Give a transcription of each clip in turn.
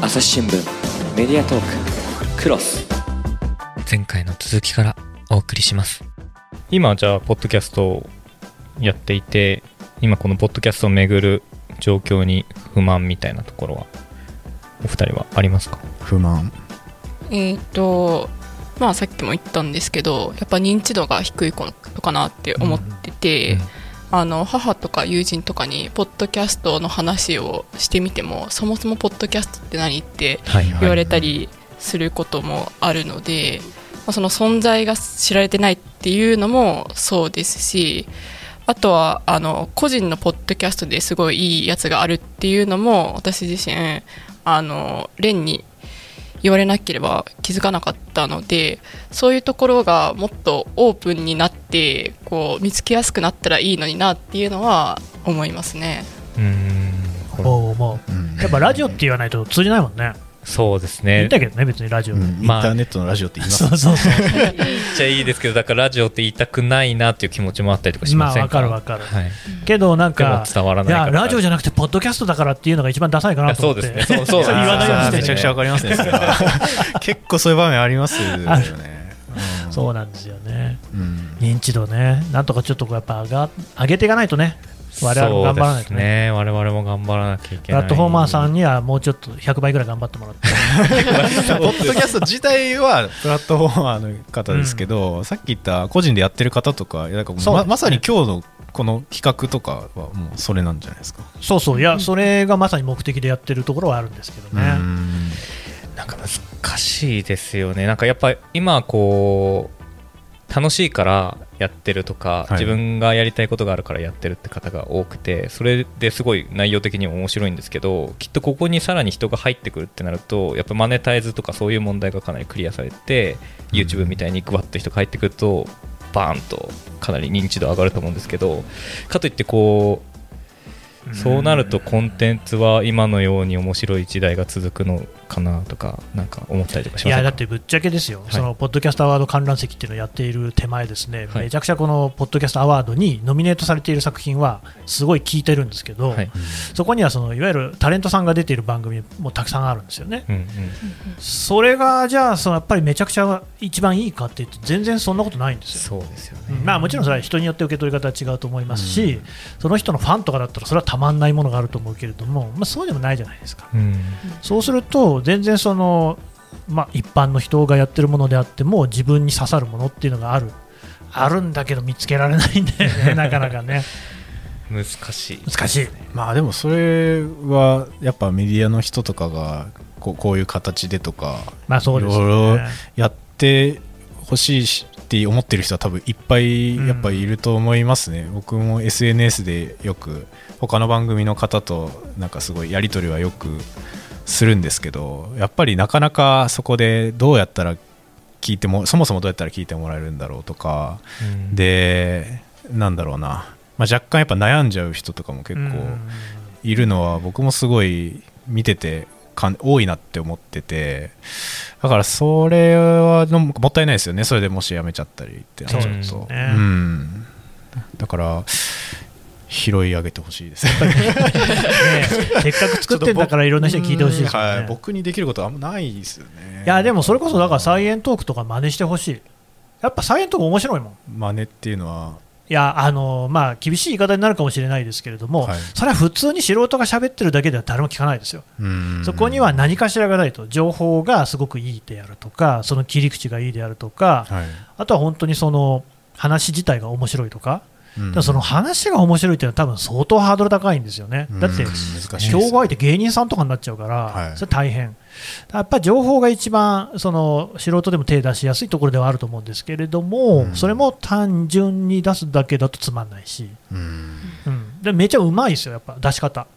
朝日新聞メディアトーククロス前回の続きからお送りします今じゃあポッドキャストをやっていて今このポッドキャストをめぐる状況に不満みたいなところはお二人はありますか不満えっ、とまあさっきも言ったんですけどやっぱ認知度が低いことかなって思ってて、うんうんあの母とか友人とかにポッドキャストの話をしてみてもそもそもポッドキャストって何ってはい言われたりすることもあるので、まあ、その存在が知られてないっていうのもそうですしあとはあの個人のポッドキャストですごいいいやつがあるっていうのも私自身あの蓮に言われなければ気づかなかったのでそういうところがもっとオープンになってこう見つけやすくなったらいいのになっていうのは思いますね。うーんこおうまうんあ、やっぱラジオって言わないと通じないもんね。れそうです言ねったけどね、別にラジオ。うんインまあターネットのラジオって言いますそ、うそうそ言っちゃいいですけどだからラジオって言いたくないなっていう気持ちもあったりとかしう。ままあ、せんわかかるわかる。はい、けど、なんかでも、伝わらいないかや、らラジオじゃなくて、ポッドキャストだからっていうのが一番ダサいかいなやと思そっうて。ですねそうそう言わないようにしてあーねめちゃくちゃわかりますねそれは結構そういう場面ありますよねあるう んそうなんですよね。うん認知度ね、なんとかちょっとこうやっぱ上が上げていかないとね、我々も頑張らそないとうですね。ね我々も頑張らなきゃいけプないラットフォーマーさんにはもうちょっと100倍ぐらい頑張っても らって、ポッドキャスト自体はプラットフォーマーの方ですけど、さっき言った個人でやってる方とかいやなんかもうそうでますねまさに今日のこの企画とかはもうそれなんじゃないですか、そうそう、いや、それがまさに目的でやってるところはあるんですけどうね。んなんか難しいですよね。なんかやっぱ今こう楽しいからやってるとか、はい自分がやりたいことがあるからやってるって方が多くてそれですごい内容的にも面白いんですけどきっとここにさらに人が入ってくるってなるとやっぱマネタイズとかそういう問題がかなりクリアされて、うん YouTube みたいにグワッと人が入ってくるとバーンとかなり認知度上がると思うんですけどかといってこうそうなるとコンテンツは今のように面白い時代が続くのかなとかなんか思ったりとかしいまやすだってぶっちゃけですよ、いそのポッドキャストアワード観覧席っていうのをやっている手前、ですね、はいめちゃくちゃこのポッドキャストアワードにノミネートされている作品は、すごい聞いてるんですけど、はいそこにはそのいわゆるタレントさんが出ている番組もたくさんあるんですよね。うんうんそれがじゃあそのやっぱりめちゃくちゃ一番いいかっていうと全然そんなことないんですよ。そうですようねんまあ、もちろんそれは人によって受け取り方は違うと思いますし、その人のファンとかだったらそれはたまんないものがあると思うけれども、まあ、そうでもないじゃないですか。うんそうすると全然その、まあ、一般の人がやってるものであっても自分に刺さるものっていうのがあるあるんだけど見つけられないんだよ ねなかなかね難しい難しいまあでもそれはやっぱメディアの人とかがこうこういう形でとかまあそうですいろいよろねやってほしいしって思ってる人は多分いっぱいやっぱいると思いますね、僕も SNS でよく他の番組の方となんかすごいやり取りはよくするんですけどやっぱりなかなかそこでどうやったら聞いてもそもそもどうやったら聞いてもらえるんだろうとかうんでなんだろうな、まあ、若干やっぱ悩んじゃう人とかも結構、うんいるのは僕もすごい見ててかん多いなって思っててだからそれはのもったいないですよねそれでもし辞めちゃったりってなっちゃうとそうですねうん、だから拾い上げてほしいですね ねせっかく作ってんだからいろんな人に聞いてほしいですよはい、ね僕にできることはあんまないですよねいやでもそれこそだからサイエントークとか真似してほしいやっぱサイエントーク面白いもん真似っていうのはいやあのまあ厳しい言い方になるかもしれないですけれども、はいそれは普通に素人が喋ってるだけでは誰も聞かないですようんそこには何かしらがないと、情報がすごくいいであるとか、その切り口がいいであるとか、はいあとは本当にその話自体が面白いとか、うんでもその話が面白いっていうのは、多分相当ハードル高いんですよねう、んだって難しいですね競合相手、芸人さんとかになっちゃうから、はいそれ大変、やっぱり情報が一番その素人でも手出しやすいところではあると思うんですけれども、うんそれも単純に出すだけだとつまんないし、うんうん、でめちゃうまいですよ、やっぱ出し方。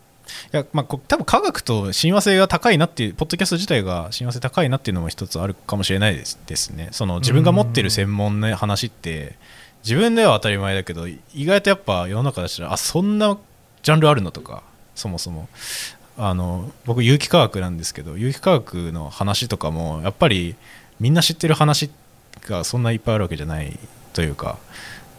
いやまあ、こ多分科学と親和性が高いなっていうポッドキャスト自体が親和性高いなっていうのも一つあるかもしれないですですねその自分が持ってる専門の話って自分では当たり前だけど意外とやっぱ世の中だしたらあそんなジャンルあるのとかそもそもあの僕有機化学なんですけど有機化学の話とかもやっぱりみんな知ってる話がそんないっぱいあるわけじゃないというか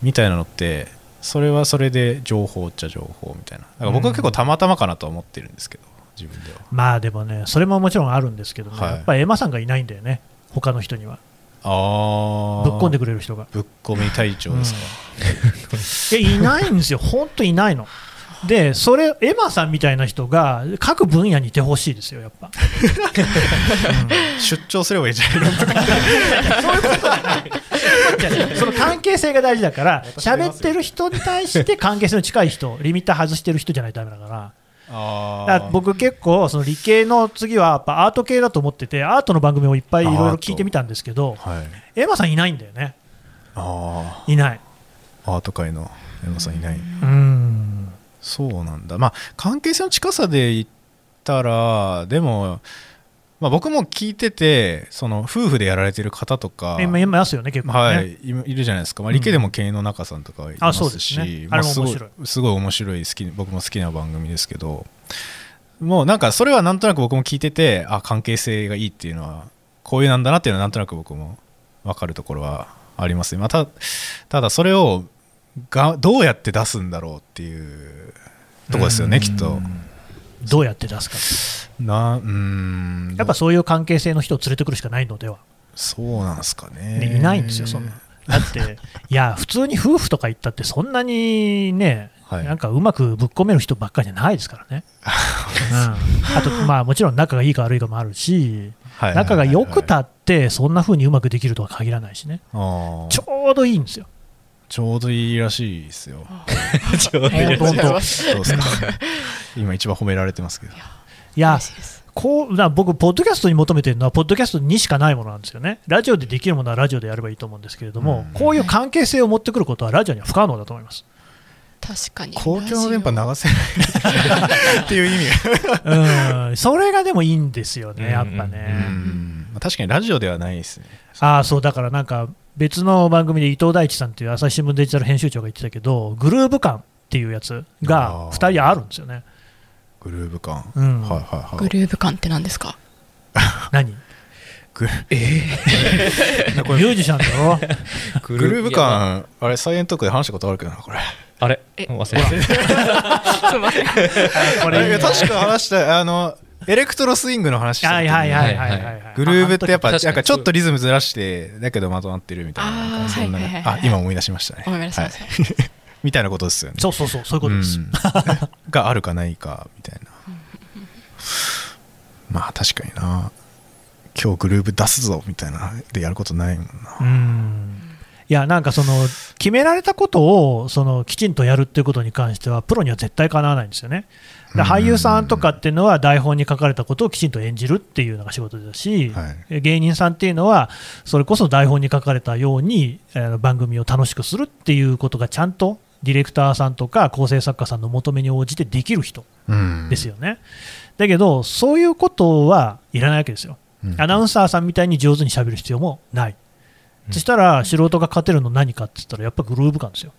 みたいなのってそれはそれで情報っちゃ情報みたいなだから僕は結構たまたまかなとは思ってるんですけど自分ではまあでもね、それももちろんあるんですけどね、はいやっぱりエマさんがいないんだよね、他の人には、あぶっこんでくくれる人が。ぶっこみ隊長ですか、いやいないんです よ、本当いないの。で、それ、エマさんみたいな人が各分野にいてほしいですよ、やっぱ。出張すればいいじゃないですかいやその関係性が大事だから、喋ってる人に対 して関係性の近い人、リミッター外してる人じゃないとダメだから。 あだかーら僕結構その理系の次はやっぱアート系だと思っててアートの番組をいっぱいいろいろ聞いてみたんですけどはいエマさんいないんだよねあいないーアート界の山さんいない、うんそうなんだまあ関係性の近さで言ったらでも、まあ、僕も聞いててその夫婦でやられてる方とか今いますよね結構ね、はい、いいるじゃないですか、まあ、うん理系でも経営の中さんとかいまあそうすでし、すねまあれもすご面白いすごい面白い好き僕も好きな番組ですけどもうなんかそれはなんとなく僕も聞いててあ関係性がいいっていうのはこういうなんだなっていうのはなんとなく僕も分かるところはありますね、まあ、たただそれをがどうやって出すんだろうっていうとこですよねきっとどうやって出すかなうーんやっぱそういう関係性の人を連れてくるしかないのでは、そうなんですかねねいないんですよそんなだっていや普通に夫婦とか行ったってそんなにね、はいなんかうまくぶっ込める人ばっかりじゃないですから ね、うん、あとまあもちろん仲がいいか悪いかもあるしはい仲が良くはいはいたってそんな風にうまくできるとは限らないしねあーちょうどいいんですよちょうどいいらしいですよ ちょうどありがとうございますどうですか今一番褒められてますけど。いや嬉しいですこうな僕、ポッドキャストに求めてるのは、ポッドキャストにしかないものなんですよね、ラジオでできるものはラジオでやればいいと思うんですけれども、うんこういう関係性を持ってくることは、ラジオには不可能だと思います。確かに公共の電波流せないっていう意味うん、それがでもいいんですよね、やっぱね。が。うん確かにラジオではないですね。ああ、そう、だからなんか、別の番組で伊藤大地さんっていう朝日新聞デジタル編集長が言ってたけど、グルーヴ感っていうやつがあー2人あるんですよね。グルーヴ感。うんはいはいはグい。ルーヴ感って何ですか何グルミュージシャンだろグルーヴ感、あれ、サイエントークで話したことあるけどな、これ。あれえ忘れて すいませんこいや確か話した、あの、エレクトロスイングの話した時はいにはいはいはいはいはい。グルーヴってやっぱ、あなのん時確かにかちょっとリズムずらして、だけどまとまってるみたいあなーなんかそんなはいはいね。はいはあい、今思い出しましたね。ごめんなさいはい。みたいなことですよね。そうそうそう、そういうことです。うん があるかないかみたいなまあ確かにな今日グループ出すぞみたいなでやることないもんなうんいやなんかその決められたことをそのきちんとやるっていうことに関してはプロには絶対かなわないんですよね。だから俳優さんとかっていうのは台本に書かれたことをきちんと演じるっていうのが仕事だし、は芸人さんっていうのはそれこそ台本に書かれたようにえー番組を楽しくするっていうことがちゃんとディレクターさんとか構成作家さんの求めに応じてできる人うんですよね。だけどそういうことはいらないわけですよ。うんアナウンサーさんみたいに上手に喋る必要もない、そしたら素人が勝てるの何かって言ったらやっぱグルーヴ感ですよ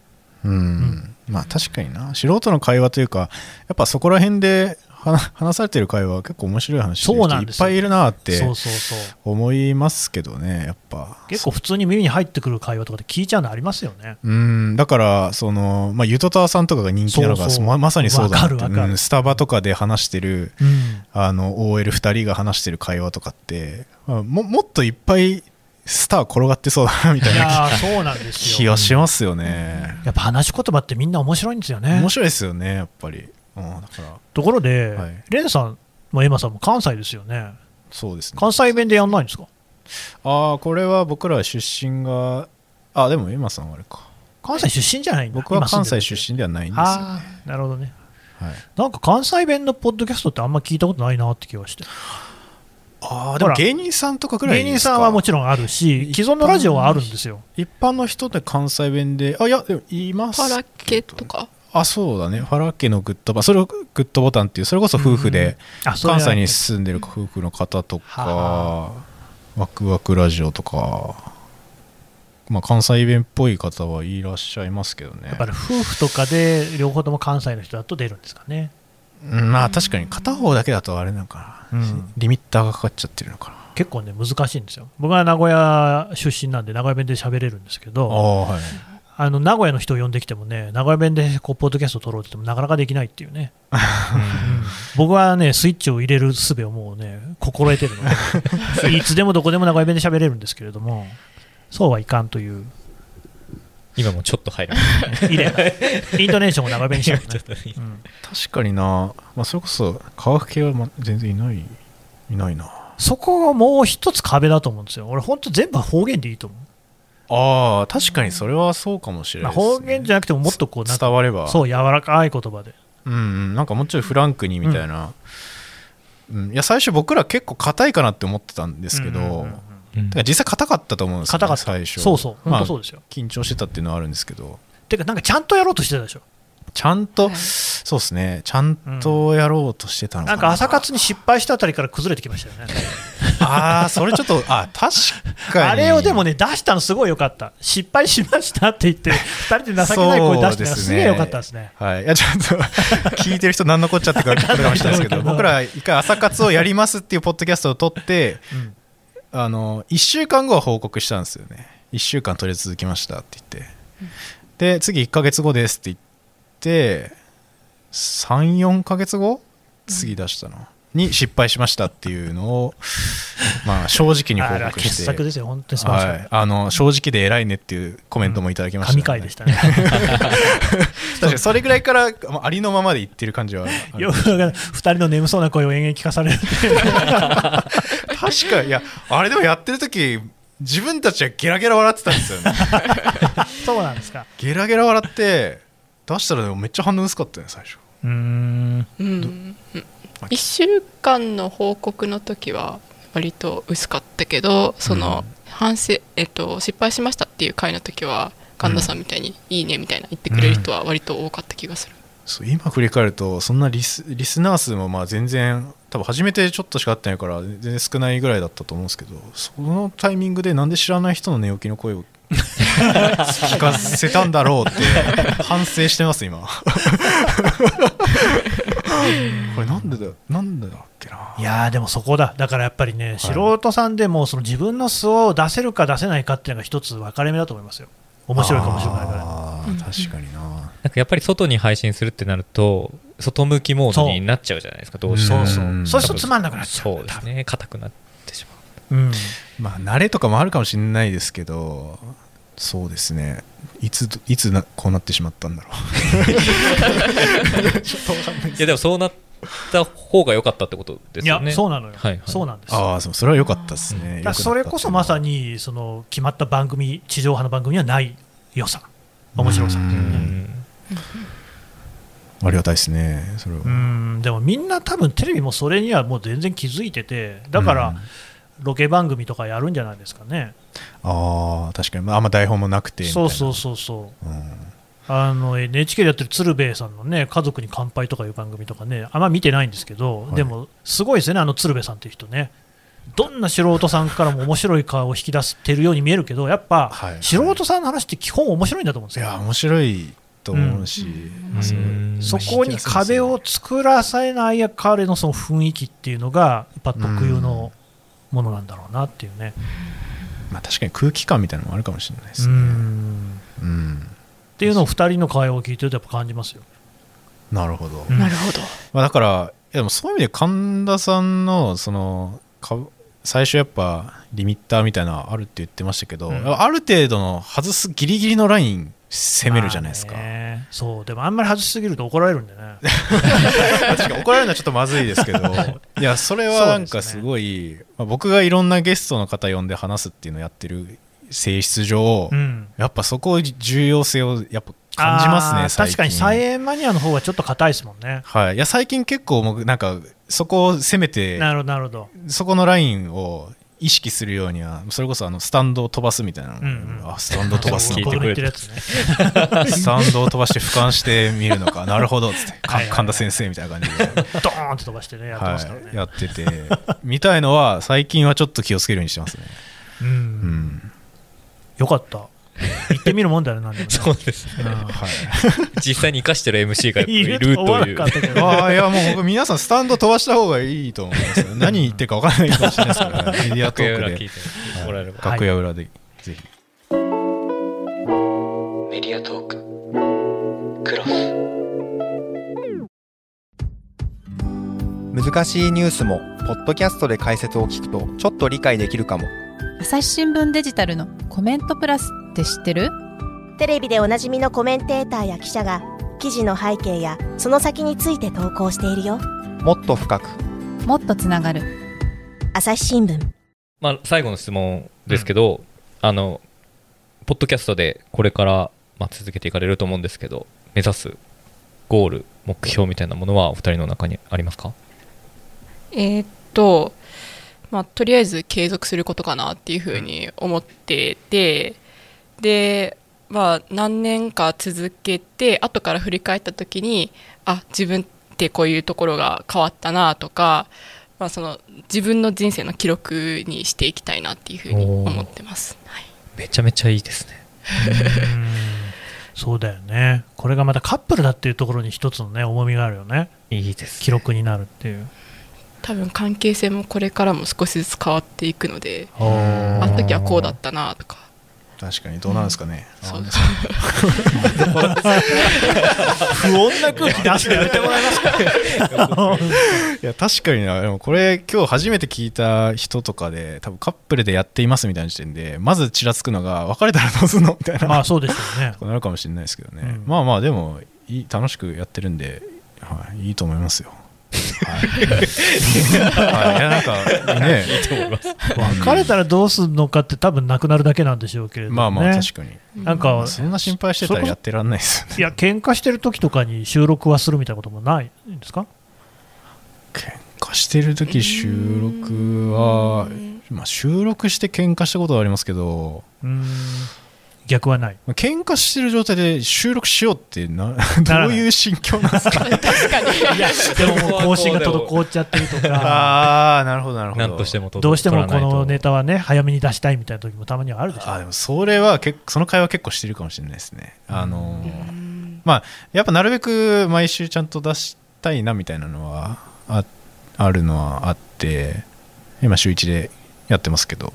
うんまあ確かにな素人の会話というかやっぱそこら辺で話 話されてる会話は結構面白い話してるそう人なんいでっすよぱいいるなってそうそうそう思いますけどねやっぱ結構普通に耳に入ってくる会話とかで聞いちゃうのありますよねうんだからその、まあ、ゆとたわさんとかが人気なのそがうそうままさにそうだなってわかるわかるうんスタバとかで話してるうんあの OL2 人が話してる会話とかってまあももっといっぱいスター転がってそうだなみたいいなやーそうなんです気よがしますよね、やっぱ話し言葉ってみんな面白いんですよね面白いですよねやっぱり、うん、だからところで、はいレンさんもエマさんも関西ですよねそうですね関西弁でやんないんですかああこれは僕ら出身があでもエマさんはあれか関西出身じゃないんだ僕は関西身出身ではないんですよ、はああーなるほどねい、なんか関西弁のポッドキャストってあんま聞いたことないなって気がしてあーであでもも芸人さんとかくらい芸人さんはもちろんあるし既存のラジオはあるんですよ一般の人で関西弁であいやでもいまパすラケとかあそうだねファラッケのグッドボタンそれをグッドボタンっていうそれこそ夫婦で、あそれは関西に住んでる夫婦の方とかは、ワクワクラジオとか、まあ、関西弁っぽい方はいらっしゃいますけどねやっぱり夫婦とかで両方とも関西の人だと出るんですかね、うんまあ確かに片方だけだとあれなんかな、うんリミッターがかかっちゃってるのかな結構ね難しいんですよ僕は名古屋出身なんで名古屋弁で喋れるんですけあどあはいああの名古屋の人を呼んできてもね、名古屋弁でこうポッドキャストを撮ろうって言っても、なかなかできないっていうね、僕はね、スイッチを入れる術をもうね、心得てる ので、いつでもどこでも名古屋弁で喋れるんですけれども、そうはいかんという、今もちょっと入る。入 れ、イントネーションを名古屋弁にしようね。うん確かにな、まあ、それこそ科学系はま全然いないいないなあそこがもう一つ壁だと思うんですよ、俺、本当、全部方言でいいと思う、あ確かにそれはそうかもしれまあないです、方ね言じゃなくても、もっとこう、なんか伝わればそう、柔らかい言葉で。うんうん、なんかもうちょいフランクにみたいな、うんいや最初僕ら結構硬いかなって思ってたんですけど、うんうんうんうんうんてか実際硬かったと思うんですよ、ね、硬かった最初そうそう、ま本あ当そうですよ。緊張してたっていうのはあるんですけどてか、なんかちゃんとやろうとしてたでしょ、ちゃんと、はいそうですねちゃんとやろうとしてたのかなな,、んか朝活に失敗したあたりから崩れてきましたよね、ああそれちょっとあ確かにあれをでもね、出したのすごい良かった、失敗しましたって言って、2人で情けない声出したのがすげえ良かったですね。はい、いやちょっと 聞いてる人何のこっちゃってかこれかもしれないで すけど僕ら一回朝活をやりますっていうポッドキャストを撮ってうんあの1週間後は報告したんですよね1週間とりあえず続きましたって言ってで次1ヶ月後ですって言って34ヶ月後次出したのに失敗しましたっていうのをまあ正直にあ報れは告し傑て作ですよ、本当に素晴らしかはったい、あの正直で偉いねっていうコメントもいただきました、神回でした ね。確かにそれぐらいからまあありのままで言ってる感じはあるあるよくわかんない2人の眠そうな声を延々聞かされるっていう確かいやあれでもやってる時自分たちはゲラゲラ笑ってたんですよねそうなんですか。ゲラゲラ笑って出したらでもめっちゃ反応薄かったね最初うんうん、1週間の報告の時は割と薄かったけどその反省、えっと、失敗しましたっていう回の時は神田さんみたいに「いいね」みたいな言ってくれる人は割と多かった気がする、そう今振り返るとそんなリスリスナー数もまあ全然多分初めてちょっとしか会ってないから全然少ないぐらいだったと思うんですけどそのタイミングでなんで知らない人の寝起きの声を 聞かせたんだろうって反省してます今 これなんでだなんでだっけないやーでもそこだ、だからやっぱりね、素人さんでもその自分の素を出せるか出せないかっていうのが一つ分かれ目だと思いますよ、面白いか面白くないかあー確かにななんかやっぱり外に配信するってなると、外向きモードになっちゃうじゃないですか、どうしても。んそうそうそうするとつまんなくなっちゃうそうですね、硬くなってしまう。ら、うん、まあ慣れとかもあるかもしれないですけどそうですねいついつなこうなってしまったんだろいや、でもそうなった方が良かったってことでいすよや、ね。そうなのよ、はいはいそうなんですうよああそうそれは良かったですねだからそれこそまさににその決まった番組、地上波の番組にはない良さ、面白さっていううね。んありがたいですねそれはうんでもみんな多分テレビもそれにはもう全然気づいててだかうんらロケ番組とかやるんじゃないですかね、ああ確かにまああんま台本もなくてみたいそなうそうそうそううんあの NHK でやってる鶴瓶さんのね家族に乾杯とかいう番組とかねあんま見てないんですけど、はいでもすごいですよねあの鶴瓶さんっていう人ねどんな素人さんからも面白い顔を引き出してるように見えるけどやっぱはいはい素人さんの話って基本面白いんだと思うんですいよ、や面白いと思うしうんそううんそこに壁を作らせないや彼のその雰囲気っていうのがやっぱ特有のものなんだろうなっていうねまあ確かに空気感みたいなのもあるかもしれないでうすねんうんっていうのを2人の会話を聞いてるとやっぱ感じますよなるほどうんなるほどまあ、だからいやでもそういう意味で神田さんのそのか最初やっぱリミッターみたいなのあるって言ってましたけど、うんある程度の外すギリギリのライン攻めるじゃないですか、まあねそうでもあんまり外しすぎると怒られるんでね 確かに怒られるのはちょっとまずいですけ どいやそれはなんかすごいまあ、僕がいろんなゲストの方呼んで話すっていうのをやってる性質上、うんやっぱそこ重要性をやっぱ感じますあねー最近確かに菜園マニアの方はちょっと硬いですもんねはい、いや最近結構僕なんかそこを攻めてなるほどなるほどそこのラインを意識するようにはそれこそあのスタンドを飛ばすみたいなの、うんうんあスタンド飛ばす聞のいて僕のく言れっててるるやつね スタンドを飛ばして俯瞰してみるの かなるほどっつってかはいはいはい神田先生みたいな感じで、ドーンって飛ばしてねやってますからね、はい、やって てみたいのは最近はちょっと気をつけるようにしてますね、ううんんよかった行ってみるもんだよねなんでも ねそうですね。はい、実際に生かしてる MC がやっぱりいいるとるいと思わなうかったけど ああいやもう僕皆さんスタンド飛ばした方がいいと思いますよ 何言ってるか分からないかもしれないです から、ね、メディアト楽屋ー裏ク聞いでてもらえれば。楽屋裏でぜひメメディアトーククロス難しいニュースもポッドキャストで解説を聞くとちょっと理解できるかも朝日新聞デジタルのコメントプラスって知ってるテレビでおなじみのコメンテーターや記者が記事の背景やその先について投稿しているよもっと深くもっとつながる朝日新聞まあ、最後の質問ですけど、あのポッドキャストでこれから、まあ、続けていかれると思うんですけど目指すゴール目標みたいなものはお二人の中にありますかえーっと、まあ、とりあえず継続することかなっていうふうに思ってて、で、まあ、何年か続けて後から振り返った時にあ自分ってこういうところが変わったなとか、まあ、その自分の人生の記録にしていきたいなっていうふうに思ってます。はいめちゃめちゃいいですねうんそうだよね、これがまたカップルだっていうところに一つの、ね、重みがあるよね、いいです記録になるっていう。多分関係性もこれからも少しずつ変わっていくのでああの時はこうだったなとか確かにどうなんですかね、そう あ不穏な空気出してやめてもらいますか いや確かになでもこれ今日初めて聞いた人とかで多分カップルでやっていますみたいな時点でまずちらつくのが別れたらどうすんのみたいな、まあそうですよ ね。なるかもしれないですけどね、うんまあまあでもいい楽しくやってるんで、はい、いいと思いますよ。 はい、はい、いやなんかね別れたらどうするのかって多分なくなるだけなんでしょうけれども、ね、まあまあ確かに、なんかそんな心配してたらやってらんないですよねいや喧嘩してる時とかに収録はするみたいなこともないんですか喧嘩してる時収録はまあ収録して喧嘩したことはありますけどうん逆はないまあ喧嘩してる状態で収録しようってなどないういう心境なんですか確かにでももう更新が滞っちゃってるとか ああなるほどなるほど何としてもとどうしてもこ取らないとのネタはね早めに出したいみたいな時もたまにはあるでしょあでもそれは結構その会話結構してるかもしれないですねあのーまあやっぱなるべく毎週ちゃんと出したいなみたいなのはああるのはあって今週1でやってますけど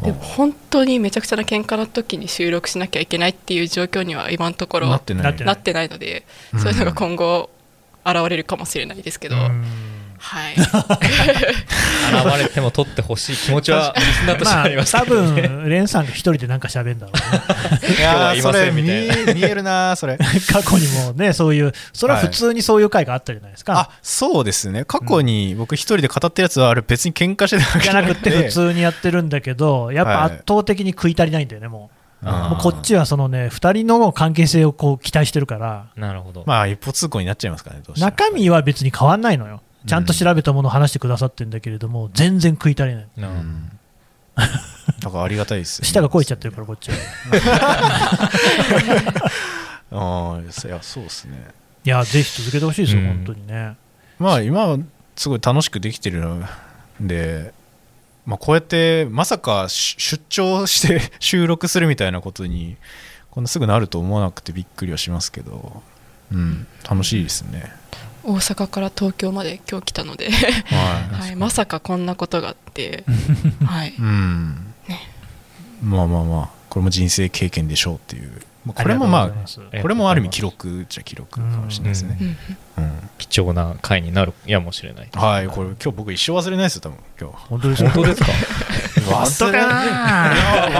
でも本当にめちゃくちゃな喧嘩の時に収録しなきゃいけないっていう状況には今のところなってないなってなってないので、そういうのが今後現れるかもしれないですけど、うん はい現れても取ってほしい気持ちはリスナーとしてまはああります多けどね、分レンさんが一人でなんか喋るんだろうねいや今日はいーまそせれん見みたいな見えるなーそれ過去にもねそういうそれは普通にそういう回があったじゃないですか、あそうですね過去に僕一人で語ってるやつはあれ別に喧嘩してたわけじゃなくて普通にやってるんだけどやっぱはい圧倒的に食い足りないんだよねもう,、あーもうこっちはそのね2人の関係性をこう期待してるからなるほど、まあ一歩通行になっちゃいますからねどうしても中身は別に変わんないのよちゃんと調べたものを話してくださってるんだけれども全然食い足りないなうあ んだからありがたいですよね舌が肥えちゃってるからこっちはああいやそうですねいやぜひ続けてほしいですよ、うん本当にねまあ今はすごい楽しくできてるので、まあ、こうやってまさかし出張して 収録するみたいなことにこんなすぐなると思わなくてびっくりはしますけど、うん、楽しいですね。大阪から東京まで今日来たので、ははい、まさかこんなことがあ って、はいい、うんねまあまあまあこれも人生経験でしょうっていう、まあ、これもありまがとうございますあこれもある意味記録じゃ記録かもしれないですうね。んうん貴重な回になるやもしれないはいこれ今日僕一生忘れないですよ多分今日。本当ですよ本当 ですか忘れない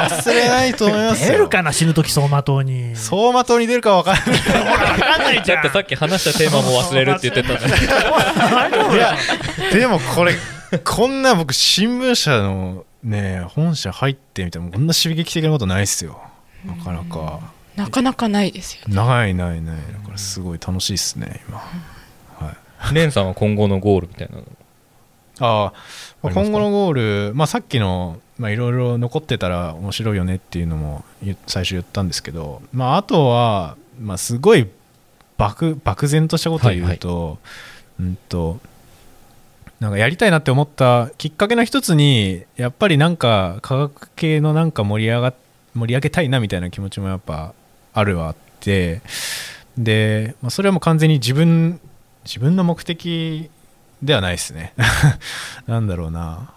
忘れないと思います よ。出るかな死ぬ時走馬灯に走馬灯に出るかわかんなだい。ってさっき話したテーマも忘れるって言ってたのにいや でもこれこんな僕新聞社のね本社入ってみたいなこんな刺激的なことないっすよなかなかなかなかないですよねないないないだからすごい楽しいっすね今はいレンさんは今後のゴールみたいなのああありますか今後のゴール、まあ、さっきのまあいろいろ残ってたら面白いよねっていうのも言最初言ったんですけど、まあ、あとは、まあ、すごい漠漠然としたことを言うと,、うんとなんかやりたいなって思ったきっかけの一つにやっぱりなんか科学系のなんか盛り上が盛り上げたいなみたいな気持ちもやっぱあるはあってで、まあ、それはもう完全に自分自分の目的ではないですね なんだろうな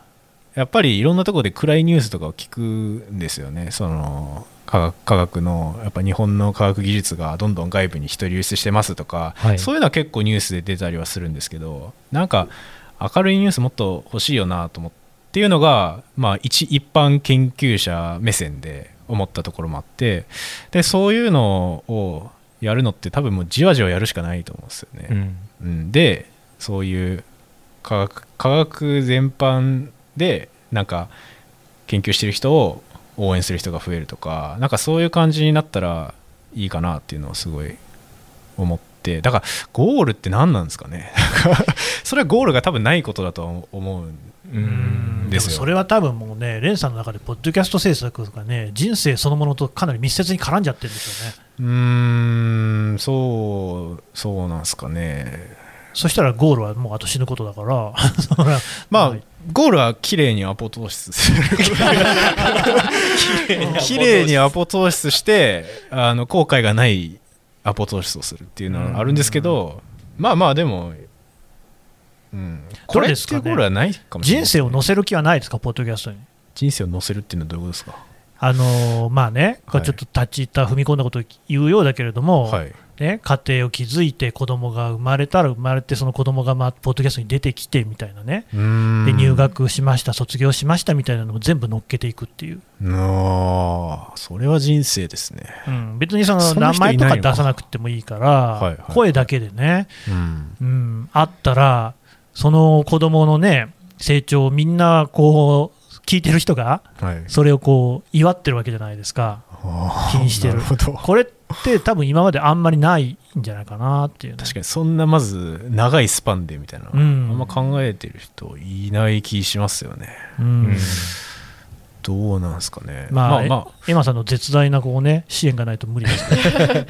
やっぱりいろんなところで暗いニュースとかを聞くんですよねその科学科学のやっぱ日本の科学技術がどんどん外部に人流出してますとか、はいそういうのは結構ニュースで出たりはするんですけどなんか明るいニュースもっと欲しいよなと思ってっていうのが、まあ、一一般研究者目線で思ったところもあってでそういうのをやるのって多分もうじわじわやるしかないと思うんですよね。うんうん、でそういう科学科学全般でなんか研究してる人を応援する人が増えるとかなんかそういう感じになったらいいかなっていうのをすごい思ってだからゴールって何なんですかね それはゴールが多分ないことだとは思うんうんでですよもそれは多分もうね、レンさんの中で、ポッドキャスト制作とかね、人生そのものとかなり密接に絡んじゃってるんですよね、うーんそうそうなんですかねそしたらゴールはもうあと死ぬこと だから、そらまあ、はいゴールは綺麗にアポ投出す る綺麗にアポ投出してあの後悔がないアポ投出をするっていうのはあるんですけど、まあまあでも、うん、これっていうゴールはないかもしれない人ですね、生を乗せる気はないですか、ポッドキャストに。人生を乗せるっていうのはどういうことですかあのーまあね、これちょっと立ち入った踏み込んだことを言うようだけれども、はいね、家庭を築いて子供が生まれたら生まれてその子供がまあポッドキャストに出てきてみたいなね、でで入学しました卒業しましたみたいなのを全部乗っけていくっていう、あーそれは人生ですね、うん別にそのそんな名人いな前いのとかか出さなくてもいいから、はいはい声だけでね、うん、うん、あったらその子供のね成長をみんなこう聞いてる人がはいそれをこう祝ってるわけじゃないですかあ気ーにしてるなるほどこれって多分今まであんまりないんじゃないかなっていうね、確かにそんなまず長いスパンでみたいな、うんあんま考えてる人いない気しますよねうんどうなんですかねまあ、まあまエマさんの絶大なこう、ね、支援がないと無理ですけ どい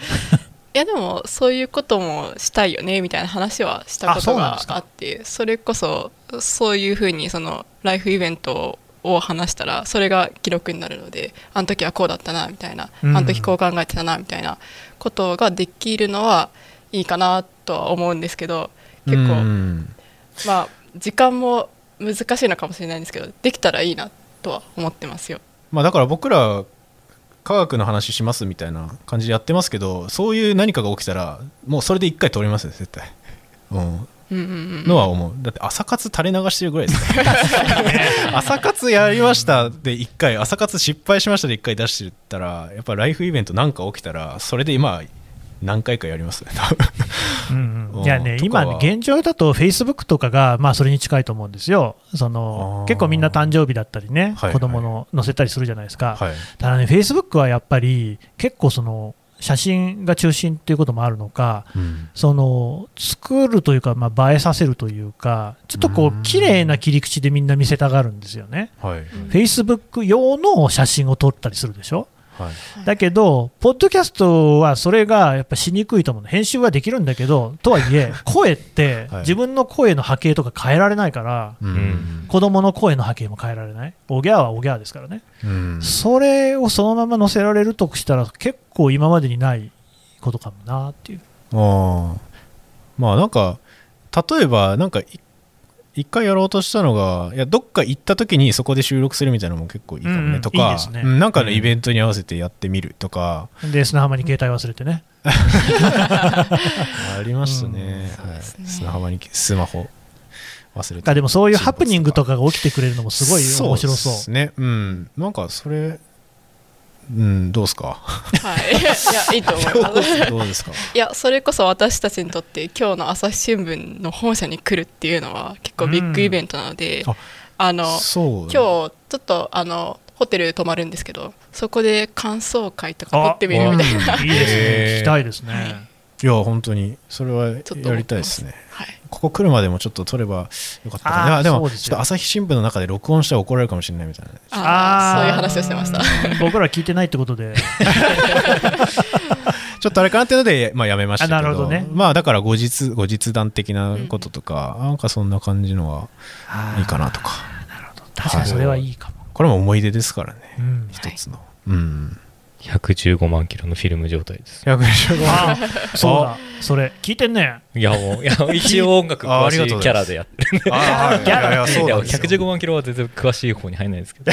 やでもそういうこともしたいよねみたいな話はしたこあそとうなんでがすかあってそれこそそういうふうにそのライフイベントを話したらそれが記録になるのであの時はこうだったなみたいな、うんあの時こう考えてたなみたいなことができるのはいいかなとは思うんですけどあ結構、うんまあ時間も難しいのかもしれないんですけどできたらいいなとは思ってますよ。まあだから僕ら科学の話しますみたいな感じでやってますけどそういう何かが起きたらもうそれで一回通りますね絶対、うん、うんうんうんのは思うだって朝活垂れ流してるぐらいですから朝活やりましたで一回朝活失敗しましたで一回出してったらやっぱライフイベントなんか起きたらそれで今何回かやりますね多分うんううんんいやね、とかは今ね、現状だと、フェイスブックとかが、まあ、それに近いと思うんですよ、そあのー結構みんな誕生日だったりね、はい子供の載せたりするじゃないですか、はいただね、フェイスブックはやっぱり、結構その、写真が中心っていうこともあるのか、うんその作るというか、まあ、映えさせるというか、ちょっとこううん綺麗な切り口でみんな見せたがるんですよね、はいフェイスブック用の写真を撮ったりするでしょ、はいだけど、ポッドキャストはそれがやっぱしにくいと思うの、編集はできるんだけど、とはい え、声ってはい自分の声の波形とか変えられないから、うん子供の声の波形も変えられない、おぎゃーはおぎゃーですからね、うんそれをそのまま載せられるとしたら、結構今までにないことかもなっていう。ああまあなんか例えばなんかい一回やろうとしたのがいやどっか行った時にそこで収録するみたいなのも結構いいかもうんうねんとか、いいですねうんなんかのうんイベントに合わせてやってみるとか、で砂浜に携帯忘れてね、ありましたね、うんはいそうですね砂浜にスマホ忘れてあでもそういうハプニングとかが起きてくれるのもすごい面白そうそう。ですねうんなんかそれうんどうですかは い、いやいいと思います。 どうですかいやそれこそ私たちにとって今日の朝日新聞の本社に来るっていうのは結構ビッグイベントなので、うんああのそう今日ちょっとあのホテル泊まるんですけどそこで感想会とか撮ってみるみたいな、なうんいいですへね、ー聞きたいですはいね。いや本当にそれはやちょっと思りったていまですすねはい、ここ来るまでもちょっと撮ればよかったかなあーあでもそうちですょよっと朝日新聞の中で録音したら怒られるかもしれないみたいなねあーーそういう話をしてました。僕ら聞いてないってことで、ちょっとあれかなっていうので、まあ、やめましたけどあなるほどねまあだから後日後日談的なこととか、なんかそんな感じのはいいかなとか確かにそれはいいかも。これも思い出ですからね、うん一つの、うん115万キロのフィルム状態です。 115ああ、そうだ、それ、聞いてんね。いやもういや一応音楽ああ詳りしがいとうごキざャいまラすでやってあーいやいやそういなやんですよ115万キロは全然詳しい方に入らないですけど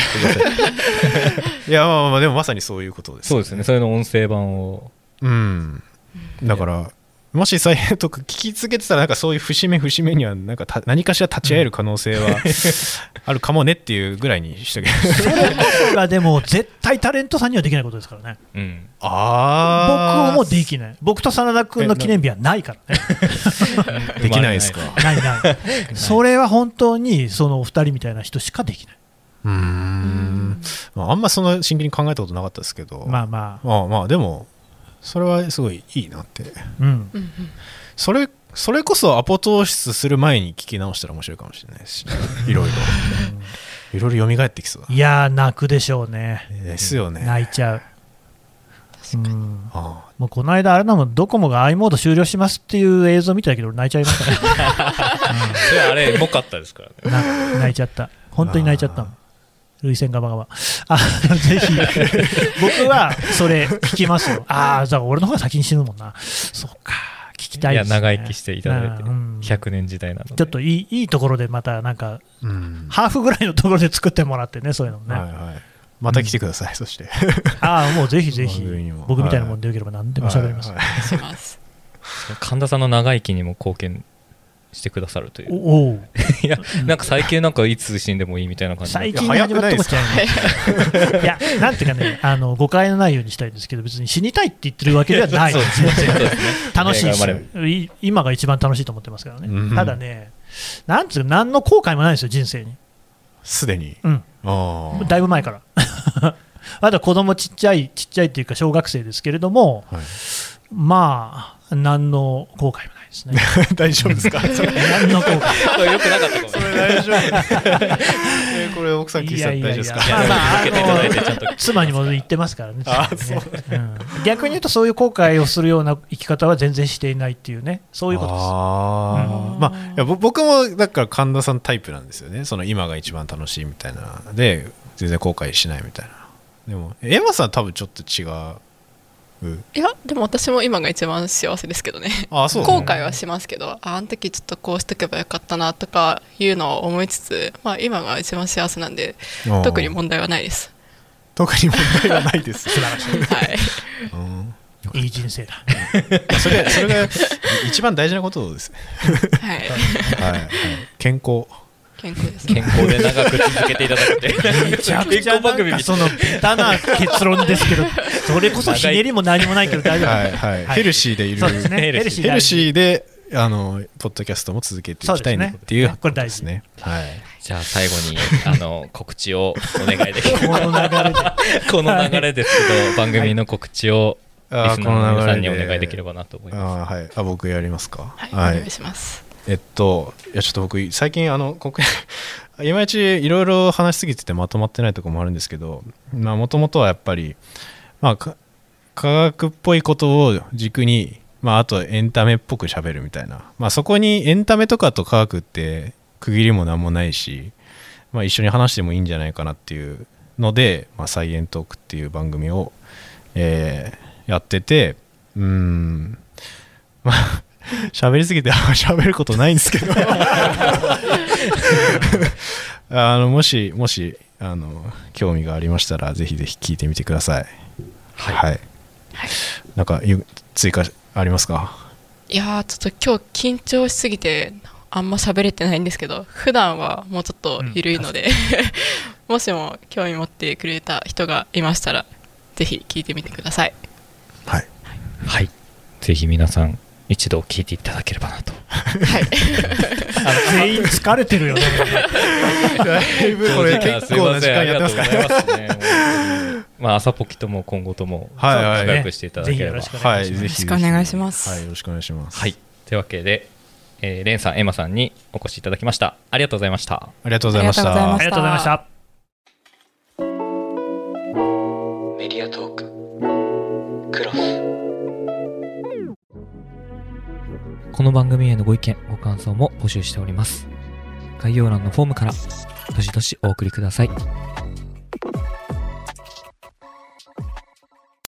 いやまあまあでもまさにそういうことですそうですねそれの音声版をうんだからもし再編とか聞き続けてたらなんかそういう節目節目にはなんかた何かしら立ち会える可能性は あるかもねっていうぐらいにしとけ僕がでも、絶対タレントさんにはできないことですからね。うん 僕ああもできない。僕と真田君の記念日はないからね。できないですかないない。 それは本当に、そのお二人みたいな人しかできない。うーんまああんまその真剣に考えたことなかったですけどまあまあ、まあまあでもそれはすごいいいなってうん。うんそれそれこそアポトーシスする前に聞き直したら面白いかもしれないし いろいろいろいろ蘇ってきそうだいやー、泣くでしょうね。ですよね泣いちゃう。うんあもうこの間、あれだもん、ドコモが i モード終了しますっていう映像見ただけど、俺泣いちゃいましたねそれあれエモかったですからねな 泣いちゃった、本当に泣いちゃったもん、涙腺がばがば、あ のぜひ、僕はそれ聞きま すよ、ああ、だから俺の方が先に死ぬもんな、そうか、聞きたいいでやす、ね、長生きしていただいてなあうん100年時代なのでちょっといいいいところで、またなんか、あうんハーフぐらいのところで作ってもらってね、そういうのもね、はいはいまた来てくださいそしてああ、もうぜひぜひ番組にも、僕みたいなもんでよければ、何でも喋ります。はいはいします。神田さんの長生きにも貢献してくださるというおおういやなんか最近なんかいつ死んでもいいみたいな感じ最で近始まったことじゃないいや、なんていうかね、あの誤解のないようにしたいですけど、別に死にたいって言ってるわけではないそうですねそうですね楽しい映画 生し、い今が一番楽しいと思ってますからうんね、ただね、なんつうか、何の後悔もないんですよ、人生に、すでにうん、ああ だいぶ前から。 まだ子供ちっちゃい、ちっちゃいっていうか、小学生ですけれども、はいまあ、何の後悔もない ですね、大丈夫ですか それ何の後悔よくなかったかもしれない大丈夫 えこれ奥さん聞いいてたやらい大や丈い夫ですや、まかあまいあ、やいやいやちゃあんとの妻にも言ってますからね、父はねうん逆に言うと、そういう後悔をするような生き方は全然していないっていうね、そういうことです。あーうんまあいやぼ僕もだから神田さんタイプなんですよねその今が一番楽しいみたいなで全然後悔しないみたいなでもエマさんは多分ちょっと違ういやでも私も今が一番幸せですけどね。ああそう後悔はしますけどああの時ちょっとこうしとけばよかったなとかいうのを思いつつ、まあ、今が一番幸せなんであー特に問題はないです。特に問題はないです 素晴 らしい、はい、うんいい人生だ。それそれが一番大事なことですね、はい、はいはい健康健康です、健康で長く続けていただくってめちゃくち健ゃ康番なん組かみたそいのベタな結論ですけど、それこそひねりも何もないけど大丈夫。はいはいヘルシーでいるそうですね。ヘヘルルシシーーヘルー。シーであのポッドキャストも続けていきたいねっていうそうでですすねねはいじゃあ最後にあの告知をお願いできこの流れで。この流れですけど番組の告知をリあスーナーの皆さんにおこの流れで願いできればなと思いますあーはいあ僕やりますかはいお願いします。えっと、いやちょっと僕、最近、あの、国 いまいちいろいろ話しすぎててまとまってないところもあるんですけど、まあ、もともとはやっぱり、まあ、か科学っぽいことを軸に、まあ、あとエンタメっぽく喋るみたいな、まあ、そこにエンタメとかと科学って区切りも何もないし、まあ、一緒に話してもいいんじゃないかなっていうので「まあ、サイエントーク」っていう番組を、えーやっててうーんまあ喋りすぎてあ んま喋ることないんですけどあのもしもしあの興味がありましたらぜひぜひ聞いてみてくださいはい、なんかゆ追加ありますかいやーちょっと今日緊張しすぎてあんま喋れてないんですけど普段はもうちょっと緩いの で、もしも興味持ってくれた人がいましたらぜひ聞いてみてください。はいはいぜひ皆さん一度聞いていただければなとはい、全員疲れてるよね。だいぶこ れ結構な時間やってますかららまあ朝ポキとも今後ともはいはい仲良くしていただければぜひよろしくおは願いしいますぜひぜよろひしくお願いしますはいよろしくお願いしますはいというわけでえーレンさんエマさんにお越しいただきましたありがとうございましたありがとうございましありがと たうございまありがとうございました。メディアトーククロスこの番組へのご意見、ご感想も募集しております。概要欄のフォームから、どしどしお送りください。